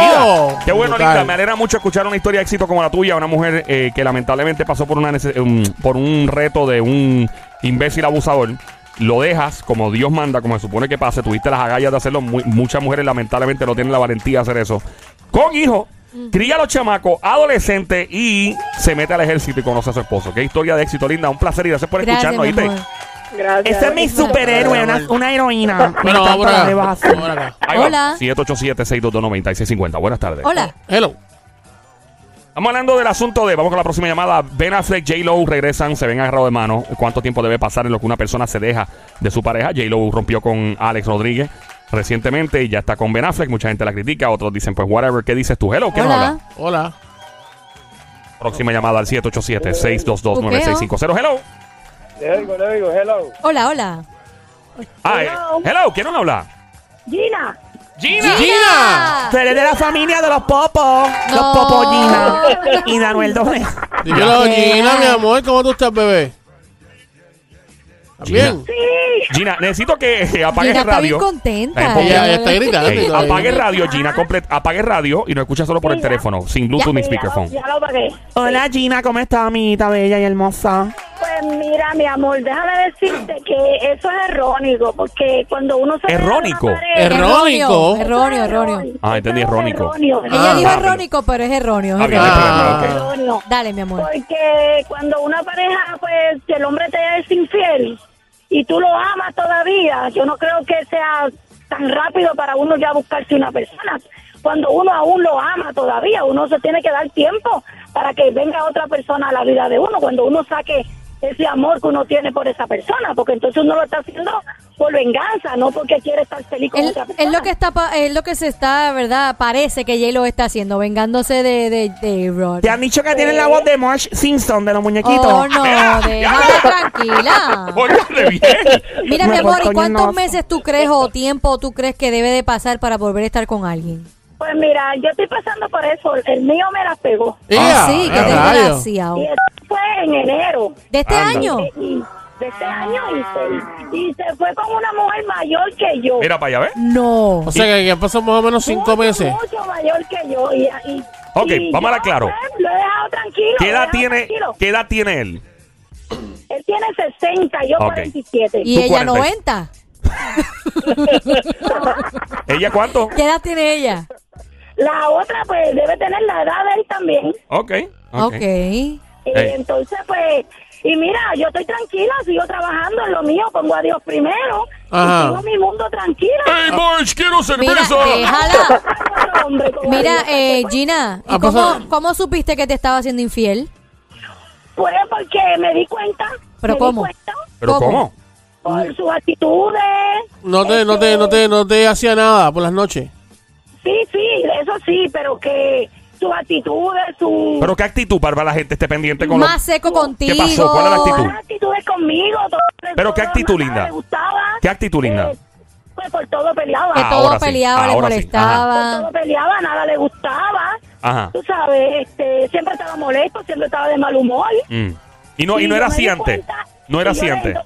A: vida. Qué bueno,
D: brutal.
A: Linda. Me alegra mucho escuchar una historia de éxito como la tuya. Una mujer eh, que lamentablemente pasó por, una nece- um, por un reto de un imbécil abusador. Lo dejas como Dios manda, como se supone que pase. Tuviste las agallas de hacerlo. Mu- muchas mujeres lamentablemente no tienen la valentía de hacer eso. Con hijo, cría a los chamacos, adolescente y se mete al ejército y conoce a su esposo. Qué historia de éxito, Linda. Un placer y gracias por
B: Gracias,
A: escucharnos.
B: mi
A: ¿oíste?
B: amor.
H: Gracias.
C: Ese es mi superhéroe, una, una heroína. Me
D: Bueno, vamos
C: encanta la
D: por acá.
C: rebaja.
D: Vamos por acá.
A: Ahí va.
B: Hola.
A: 787-622-9650. Buenas tardes.
B: Hola.
D: Hello.
A: Estamos hablando del asunto de, vamos con la próxima llamada, Ben Affleck, J-Lo regresan, se ven agarrados de mano. ¿Cuánto tiempo debe pasar en lo que una persona se deja de su pareja? J-Lo rompió con Alex Rodríguez recientemente y ya está con Ben Affleck. Mucha gente la critica, otros dicen, pues whatever, ¿qué dices tú? Hello, ¿qué nos
B: Hola.
A: habla?
D: Hola.
A: Próxima llamada al 787-622-9650. Hello.
J: Le oigo, le oigo, hello.
B: Hola, hola.
A: Ah, eh, hello, ¿quién nos habla?
I: Gina.
A: Gina.
D: Gina.
C: Tú eres de la familia de los popos.
B: No.
C: Los popollina. Y Daniel Doble.
D: Dímelo,
B: Hola.
D: Gina, mi amor, ¿cómo tú estás, bebé? ¿Estás
A: Gina.
D: bien?
A: Gina, necesito que eh, apagues
B: Gina
A: el
B: está bien
A: radio. Eh,
B: contenta.
A: porque
D: Ella, ella está gritando.
A: Ey,
D: y todo.
A: apague el radio, Gina, complet- apague el radio y no escucha solo por el teléfono, sin Bluetooth ni speakerphone.
I: Ya lo pagué.
C: Hola Gina, ¿cómo estás, amiguita bella y hermosa?
I: Pues
K: Mira, mi amor, déjame decirte que eso es errónico, porque cuando uno se...
A: Errónico.
D: Errónico.
B: Erróneo, erróneo.
A: Ah, entendí, errónico.
B: Ella dijo
A: Ah,
B: errónico, pero es erróneo. es
A: Ah, bien,
B: erróneo.
A: bien, bien,
K: erróneo.
B: Dale, mi amor.
K: Porque cuando una pareja, pues, que el hombre te es infiel y tú lo amas todavía, yo no creo que sea tan rápido para uno ya buscarse una persona. Cuando uno aún lo ama todavía, uno se tiene que dar tiempo para que venga otra persona a la vida de uno, cuando uno saque ese amor que uno tiene por esa persona, porque entonces uno lo está haciendo por venganza, no porque quiere estar feliz con
B: Es,
K: otra persona.
B: es lo que está pa- es lo que se está, ¿verdad? Parece que J-Lo está haciendo, vengándose de, de, de Rod.
C: Te han dicho que tienen la voz de Marsh Simpson de los muñequitos.
B: Oh, no, déjala tranquila.
A: Óigame bien.
B: Mira, mi
C: Me
B: amor,
C: porto
B: ¿y cuántos
C: ñoñoso.
B: meses tú crees o tiempo tú crees que debe de pasar para volver a estar con alguien?
K: Pues mira, yo estoy pasando por eso, el mío me la pegó.
D: Ea,
B: Ah, sí, que
D: a rayos.
B: desgraciado.
K: Y eso fue en enero. eh,
B: ¿De este
A: Anda.
B: año?
K: Y- de este año y se, y se fue con una mujer mayor que yo.
A: Mira para allá, ¿ves?
B: No.
D: O sea que ya pasó más o menos cinco
K: Mucho,
D: meses.
K: Mucho mayor que yo. Y, y-
A: Ok,
K: y
A: vamos a
K: yo,
A: la claro.
K: pues, Lo he dejado tranquilo.
A: ¿Qué
K: lo he
A: edad
K: dejado
A: tiene,
K: tranquilo.
A: ¿qué edad tiene él?
K: Él tiene 60, yo
A: Ok.
K: 47.
B: ¿Y
A: Tú
B: ella
A: 40.
B: 90?
A: ¿Ella cuánto?
B: ¿Qué edad tiene ella?
K: La otra, pues, debe tener la edad de él también.
A: Ok.
B: Ok.
A: Ok.
K: Y
A: Ey.
K: entonces, pues, y mira, yo estoy tranquila, sigo trabajando en lo mío, pongo a Dios primero.
D: Ajá.
K: Y sigo mi mundo tranquila.
B: Ah.
A: ¡Hey, Marge, quiero
B: Mira, déjala.
K: Hombre, como
B: Mira,
K: digo,
B: eh, Gina, ¿y
D: Ah,
A: pues
B: cómo,
D: pasa-
B: cómo supiste que te estaba haciendo infiel?
K: Pues porque me di cuenta.
B: ¿Pero
K: me
B: cómo?
K: Di cuenta
A: ¿Pero cómo?
K: por sus actitudes.
D: No te, no te,
K: este,
D: no te, no te hacía nada por las noches.
K: Sí, sí, eso sí, pero que sus actitudes, su.
A: ¿Pero qué actitud para la gente esté pendiente con
B: Más
A: los...
B: seco contigo. eh,
A: ¿Qué pasó? ¿Cuál es la actitud?
K: Malas actitudes conmigo. todo-
A: Pero qué
K: todo,
A: actitud
K: nada
A: linda.
K: me gustaba.
A: ¿Qué actitud linda?
K: Eh, pues por todo peleaba.
B: Que
A: Ah, ahora
B: todo
A: sí,
B: peleaba,
A: ahora
B: le
A: sí,
K: Por
B: molestaba.
K: todo peleaba, nada le gustaba.
A: Ajá.
K: Tú sabes, este, siempre estaba molesto, siempre estaba de mal humor.
A: Mm. Y no, y
K: Y
A: no era
K: yo me
A: así
K: di
A: antes.
K: cuenta,
A: No era
K: y yo
A: así
K: le-
A: antes.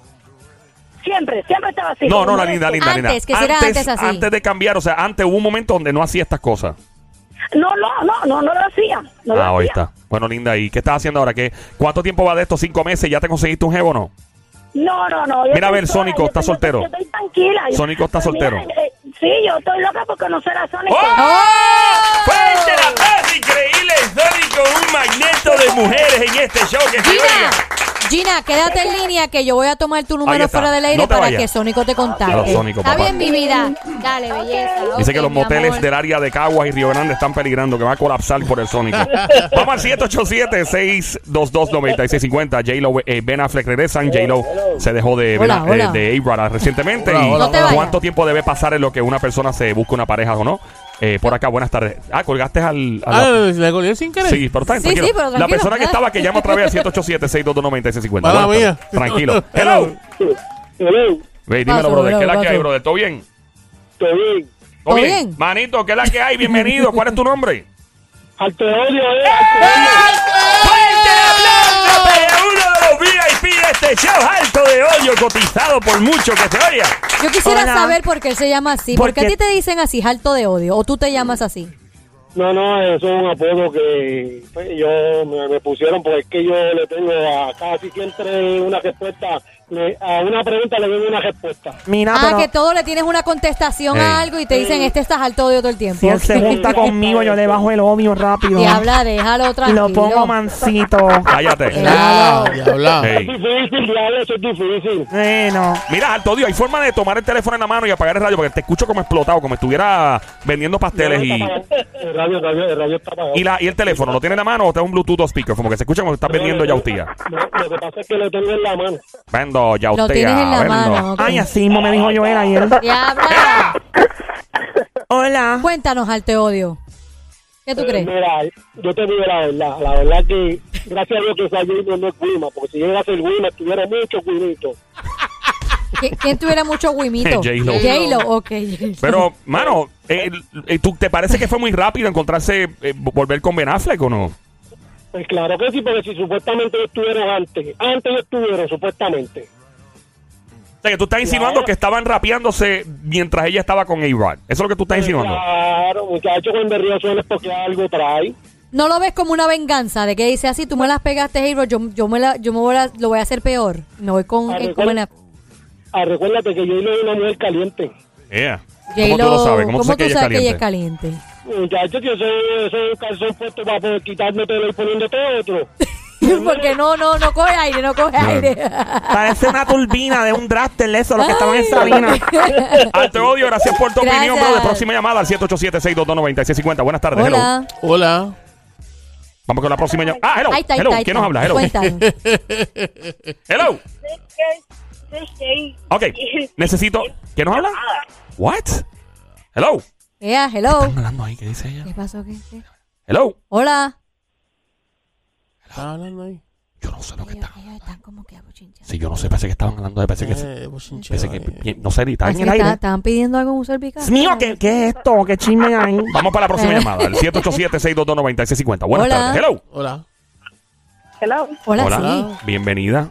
K: Siempre, siempre estaba así.
A: No, no, la
K: molesto.
A: linda, linda, linda.
B: Antes, que será antes así.
A: antes de cambiar, o sea, antes hubo un momento donde no hacía estas cosas.
K: No, no, no, no, no lo hacía. No lo
A: ah, ahí
K: hacía.
A: está. Bueno, linda, ¿y qué estás haciendo ahora? ¿Qué, ¿Cuánto tiempo va de estos cinco meses? ¿Ya te conseguiste un jevo o no?
K: No, no, no. yo
A: Mira, a
K: estoy
A: ver,
K: sola,
A: Sónico,
K: yo
A: ¿está
K: estoy-
A: soltero?
K: Yo estoy tranquila.
A: Sónico está
K: Pues mira,
A: soltero.
K: eh, sí, yo estoy loca por conocer a Sónico.
A: ¡Oh! ¡Fuerte la paz! Increíble, Sony, con un magneto de mujeres en este show que se
B: Gina,
A: oiga.
B: Gina, quédate en línea que yo voy a tomar tu
A: Ahí
B: número
A: está.
B: fuera del aire
A: No te
B: para
A: vayas.
B: que Sónico te contacte.
A: Claro, Sónico,
B: Está
A: papá.
B: bien, mi vida. Dale, belleza.
A: Dice
B: Ok,
A: que los
B: mi
A: moteles
B: amor.
A: del área de Caguas y Río Grande están peligrando, que va a colapsar por el Sónico. Vamos al 787-622-9650. J-Lo, eh, Ben Affleck regresan. J-Lo se dejó de, Ben-
B: Hola, hola.
A: eh, de A-Rod recientemente.
D: Hola,
A: ¿Y
D: hola,
B: No te hola.
A: ¿Cuánto
B: vayas.
A: tiempo debe pasar en lo que una persona se busca una pareja o no? Eh, por acá, buenas tardes. Ah, colgaste al... al-
D: Ah, le colgué sin querer.
A: Sí, pero está bien,
B: Sí,
A: tranquilo.
B: sí, pero
A: La
B: tranquilo.
A: persona que estaba que llama otra vez al 787-622-9650.
D: Mala
A: Buenas tardes.
D: mía.
A: Tranquilo. Hello.
J: Hello,
A: Ve, dímelo,
B: Paso,
A: brother. ¿Qué es la
B: brother,
A: que hay,
B: paso.
A: brother? ¿Todo bien?
J: te vi.
A: ¿Todo
B: ¿Todo
A: bien?
B: bien?
A: Manito, ¿qué es la que hay? Bienvenido. ¿Cuál es tu nombre?
J: Al te odio, eh. al
A: ¡Fuerte el aplauso para uno de los VIP de este show! Alto de odio, cotizado por mucho que se oiga.
B: Yo quisiera
C: Hola.
B: saber por qué él se llama así. ¿Por qué a
C: Porque-
B: ti te dicen así, alto de odio? ¿O tú te llamas así?
J: te odio. No, no, eso es un apodo que pues, yo me, me pusieron porque es que yo le tengo a casi siempre una respuesta. le- a una pregunta le doy una respuesta.
C: Mira,
B: ah,
C: pero
B: que todo le tienes una contestación a
A: Ey.
B: algo y te dicen, este estás alto de odio todo el tiempo.
C: si él se junta conmigo, yo le bajo el odio rápido.
B: Te habla, déjalo
C: Y
B: tranquilo.
C: lo pongo mansito.
A: Cállate.
D: Ah, diabla.
J: Es
A: Ey.
J: difícil, diablo, eso es difícil.
C: Bueno.
A: Mira, alto odio, hay forma de tomar el teléfono en la mano y apagar el radio porque te escucho como explotado, como estuviera vendiendo pasteles y,
J: El radio, el radio, el radio está apagado.
A: y, la, y el teléfono. ¿Lo tiene en la mano o te da un Bluetooth o speaker? Como que se escucha como que estás vendiendo yautía.
J: Lo, lo que pasa es que lo tengo en la mano.
A: Vendo yautía.
B: Lo tienes en la
A: vendo.
B: mano. ok.
C: Ay, así mismo me dijo Joel ayer.
B: Diabla.
C: Hola.
B: Cuéntanos, alto odio. ¿Qué tú
J: Eh,
B: crees?
J: Mira, yo te digo la verdad. La verdad que, gracias a Dios que Sayito no es Guima, porque si llegara a ser Guima, tuviera mucho cuidito.
B: ¿Qui- ¿Quién tuviera mucho guimito?
A: J-Lo.
B: J-Lo, ok. J-Lo.
A: Pero, mano, eh, eh, ¿tú, ¿te parece que fue muy rápido encontrarse, eh, volver con Ben Affleck o no?
J: Pues claro que sí, porque si supuestamente yo estuviera antes, antes yo estuviera, supuestamente.
A: O sea, que tú estás insinuando
J: Claro.
A: que estaban rapeándose mientras ella estaba con A-Rod. Eso es lo que tú estás
J: Pues
A: insinuando.
J: Claro, muchachos, cuando el río suena es porque algo trae.
B: no lo ves como una venganza de que dice así, tú me las pegaste, Hero, yo, yo me la, yo me voy a, lo voy a hacer peor. Me voy con,
J: Ah,
B: eh,
J: recuerda-
B: con la-
J: Ah, recuérdate que yo es una mujer caliente.
A: Yeah.
B: J-Lo.
A: ¿Cómo tú lo sabes? ¿Cómo, tú
B: ¿Cómo
A: sabes que ella es
B: que ella
A: caliente?
B: es caliente?
J: Muchachos, yo soy, soy un calzón puesto para poder quitármelo y poniéndote otro.
B: Porque no, no, no coge aire, no coge aire.
C: Parece una turbina de un draster eso, lo que estaban en Sabina.
A: Ah, te odio, gracias por tu
B: Gracias.
A: opinión, brother. Próxima llamada al 787-622-9650. Buenas tardes, hello.
D: Hola. Hola.
A: Vamos con la próxima llamada. Ah, hello.
B: Ahí está, ahí
A: hello.
B: está, ahí
A: ¿Quién nos
B: está.
A: habla? Hello.
B: Cuéntanos.
A: hello. Ok. Necesito. ¿Quién nos habla? What? Hello.
B: Ea, hello.
A: Oh. hablando ahí? ¿Qué dice ella?
B: ¿Qué pasó? ¿Qué- qué?
A: Hello.
B: Hola.
D: ¿Estás hablando ahí?
A: Yo no sé lo que
B: Ellos,
A: está.
B: ellos están como que bochinchados.
A: Si yo no sé, parece que estaban hablando de. Parece que.
D: Eh, bochincheo,
A: parece que-
D: eh.
A: que- no sé, ni está en
B: Así
A: el
B: que está-
A: aire.
B: estaban pidiendo algo en un servicio.
C: Dios mío, ¿qué, qué es esto? ¿Qué chisme hay?
A: Vamos para la próxima
B: Eh.
A: llamada. El 787-622-9650. Buenas
B: Hola.
A: tardes. Hello.
D: Hola.
L: Hello.
B: Hola,
A: Hola.
B: sí.
A: Bienvenida.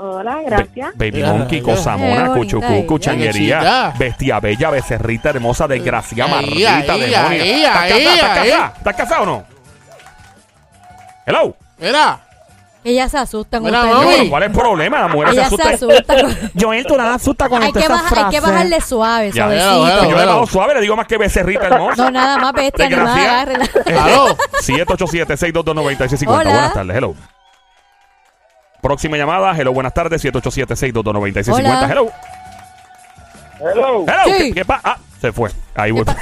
L: Hola,
A: Ba-
L: gracias.
A: Baby
D: Mira,
A: Monkey,
D: mira.
A: cosa mona,
B: Qué bonita
A: cuchucucu,
B: ella.
A: changuería,
D: Chica.
A: bestia bella, becerrita, hermosa, desgraciada,
D: Ella,
A: marrita,
D: ella,
A: demonia.
D: ella,
A: ¿Estás casada?
D: ella,
A: ¿Estás
D: eh.
A: casada? ¿Estás casada o no? Hello.
D: Mira.
B: Ellas se asustan
D: Mira,
B: ustedes.
D: mami.
A: Bueno, ¿Cuál es el problema? La mujer se
B: Ellas se
A: asusta.
B: asustan.
C: Joel, tú la asustas con este
B: hay,
C: esta
B: que baja- hay que bajarle suave,
A: Ya,
B: suavecito.
D: ya,
A: Yo le
D: Hello.
A: bajo suave, le digo más que becerrita hermosa.
B: No, nada más bestia, nada más
A: Desgraciada.
B: agárrenla.
D: Aló.
A: 787-622-9650.
B: Hola.
A: Buenas tardes, hello. Próxima llamada, hello, buenas tardes, 787-622-9650.
B: Hola.
A: Hello.
J: Hello.
A: Hello.
B: Sí.
A: ¿Qué, qué pa- Ah, se fue. Ahí voy.
B: ¿Qué?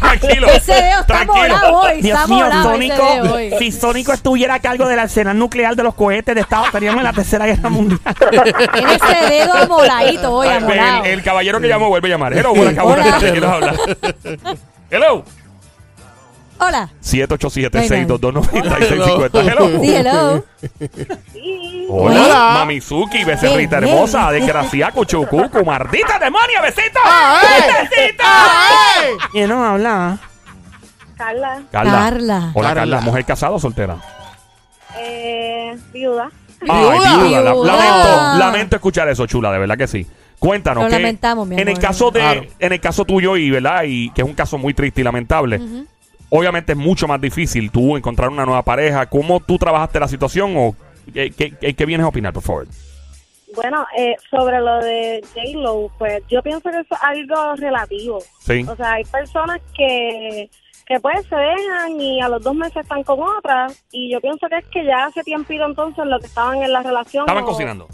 A: Tranquilo.
B: Ese dedo está
A: Tranquilo.
B: morado hoy.
C: Dios
B: Está
C: mío,
B: morado ese
C: Sónico,
B: dedo hoy.
C: si Sónico estuviera a cargo del arsenal nuclear de los cohetes de Estados estaríamos en la Tercera Guerra Mundial. ¡Este
B: Tiene ese dedo amoladito hoy,
A: Ay, ven,
B: amolado.
A: el, el caballero que llamó vuelve a llamar. Hello, buenas
B: Hola.
A: tardes. ¿de qué nos habla? Hello.
B: Hola.
A: 787-622-9650. Hello.
B: Sí, hello.
A: Hola.
D: Hola.
A: Mamizuki, becerrita
B: Bien, bien.
A: hermosa, desgraciada, cuchucucu, mardita, demonia, besito.
B: Ah, eh.
D: ¡Ay!
A: ¡Besito!
D: ¡Ay!
C: ¿Quién no habla?
K: eh,
H: Carla,
A: Carla.
B: Carla.
A: Hola,
D: Carla.
A: Carla. ¿Mujer casada o soltera?
H: eh, viuda.
A: Ay,
D: Viuda.
A: viuda. La-
B: Viuda.
A: Lamento, lamento escuchar eso, chula, de verdad que sí. Cuéntanos
B: Lo
A: que
B: lamentamos, mi
A: en el
B: amor.
A: caso de
D: Claro.
A: en el caso tuyo y verdad y que es un caso muy triste y lamentable. Obviamente es mucho más difícil tú encontrar una nueva pareja. ¿Cómo tú trabajaste la situación o qué, qué- qué- qué vienes a opinar, por favor?
H: Bueno, eh, sobre lo de J-Lo, pues yo pienso que eso es algo relativo.
A: Sí.
H: O sea, hay personas que, que pues se dejan y a los dos meses están con otra. Y yo pienso que es que ya hace tiempito entonces lo que estaban en la relación.
A: Estaban
H: o-
A: cocinando.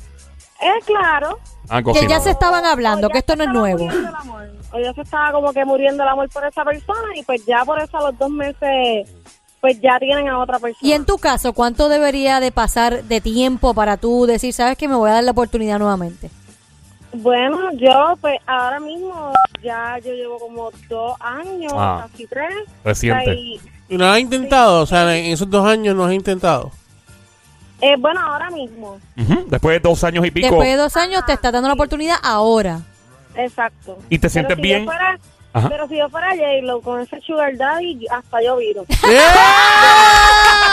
H: Eh, claro.
A: Estaban
B: Que ya
A: cocinando.
B: se estaban hablando,
H: O ya
B: que esto
H: se
B: no es
H: estaba
B: nuevo.
H: muriendo el amor. O ya se estaba como que muriendo el amor por esa persona y pues ya por eso a los dos meses pues ya tienen a otra persona.
B: Y en tu caso, ¿cuánto debería de pasar de tiempo para tú decir, sabes que me voy a dar la oportunidad nuevamente?
H: Bueno, yo pues ahora mismo ya yo llevo como dos años,
A: Ah.
H: casi tres.
A: Reciente.
H: Ahí-
D: ¿Y no has intentado? O sea, en esos dos años no has intentado.
H: eh, bueno, ahora mismo,
A: Ujú. Después de dos años y pico.
B: Después de dos años te está dando la oportunidad ahora.
H: exacto.
A: ¿Y te sientes
H: si
A: bien?
H: Yo fuera,
A: Ajá.
H: pero si yo fuera J-Lo con ese sugar daddy, hasta yo viro.
D: ¡Eh!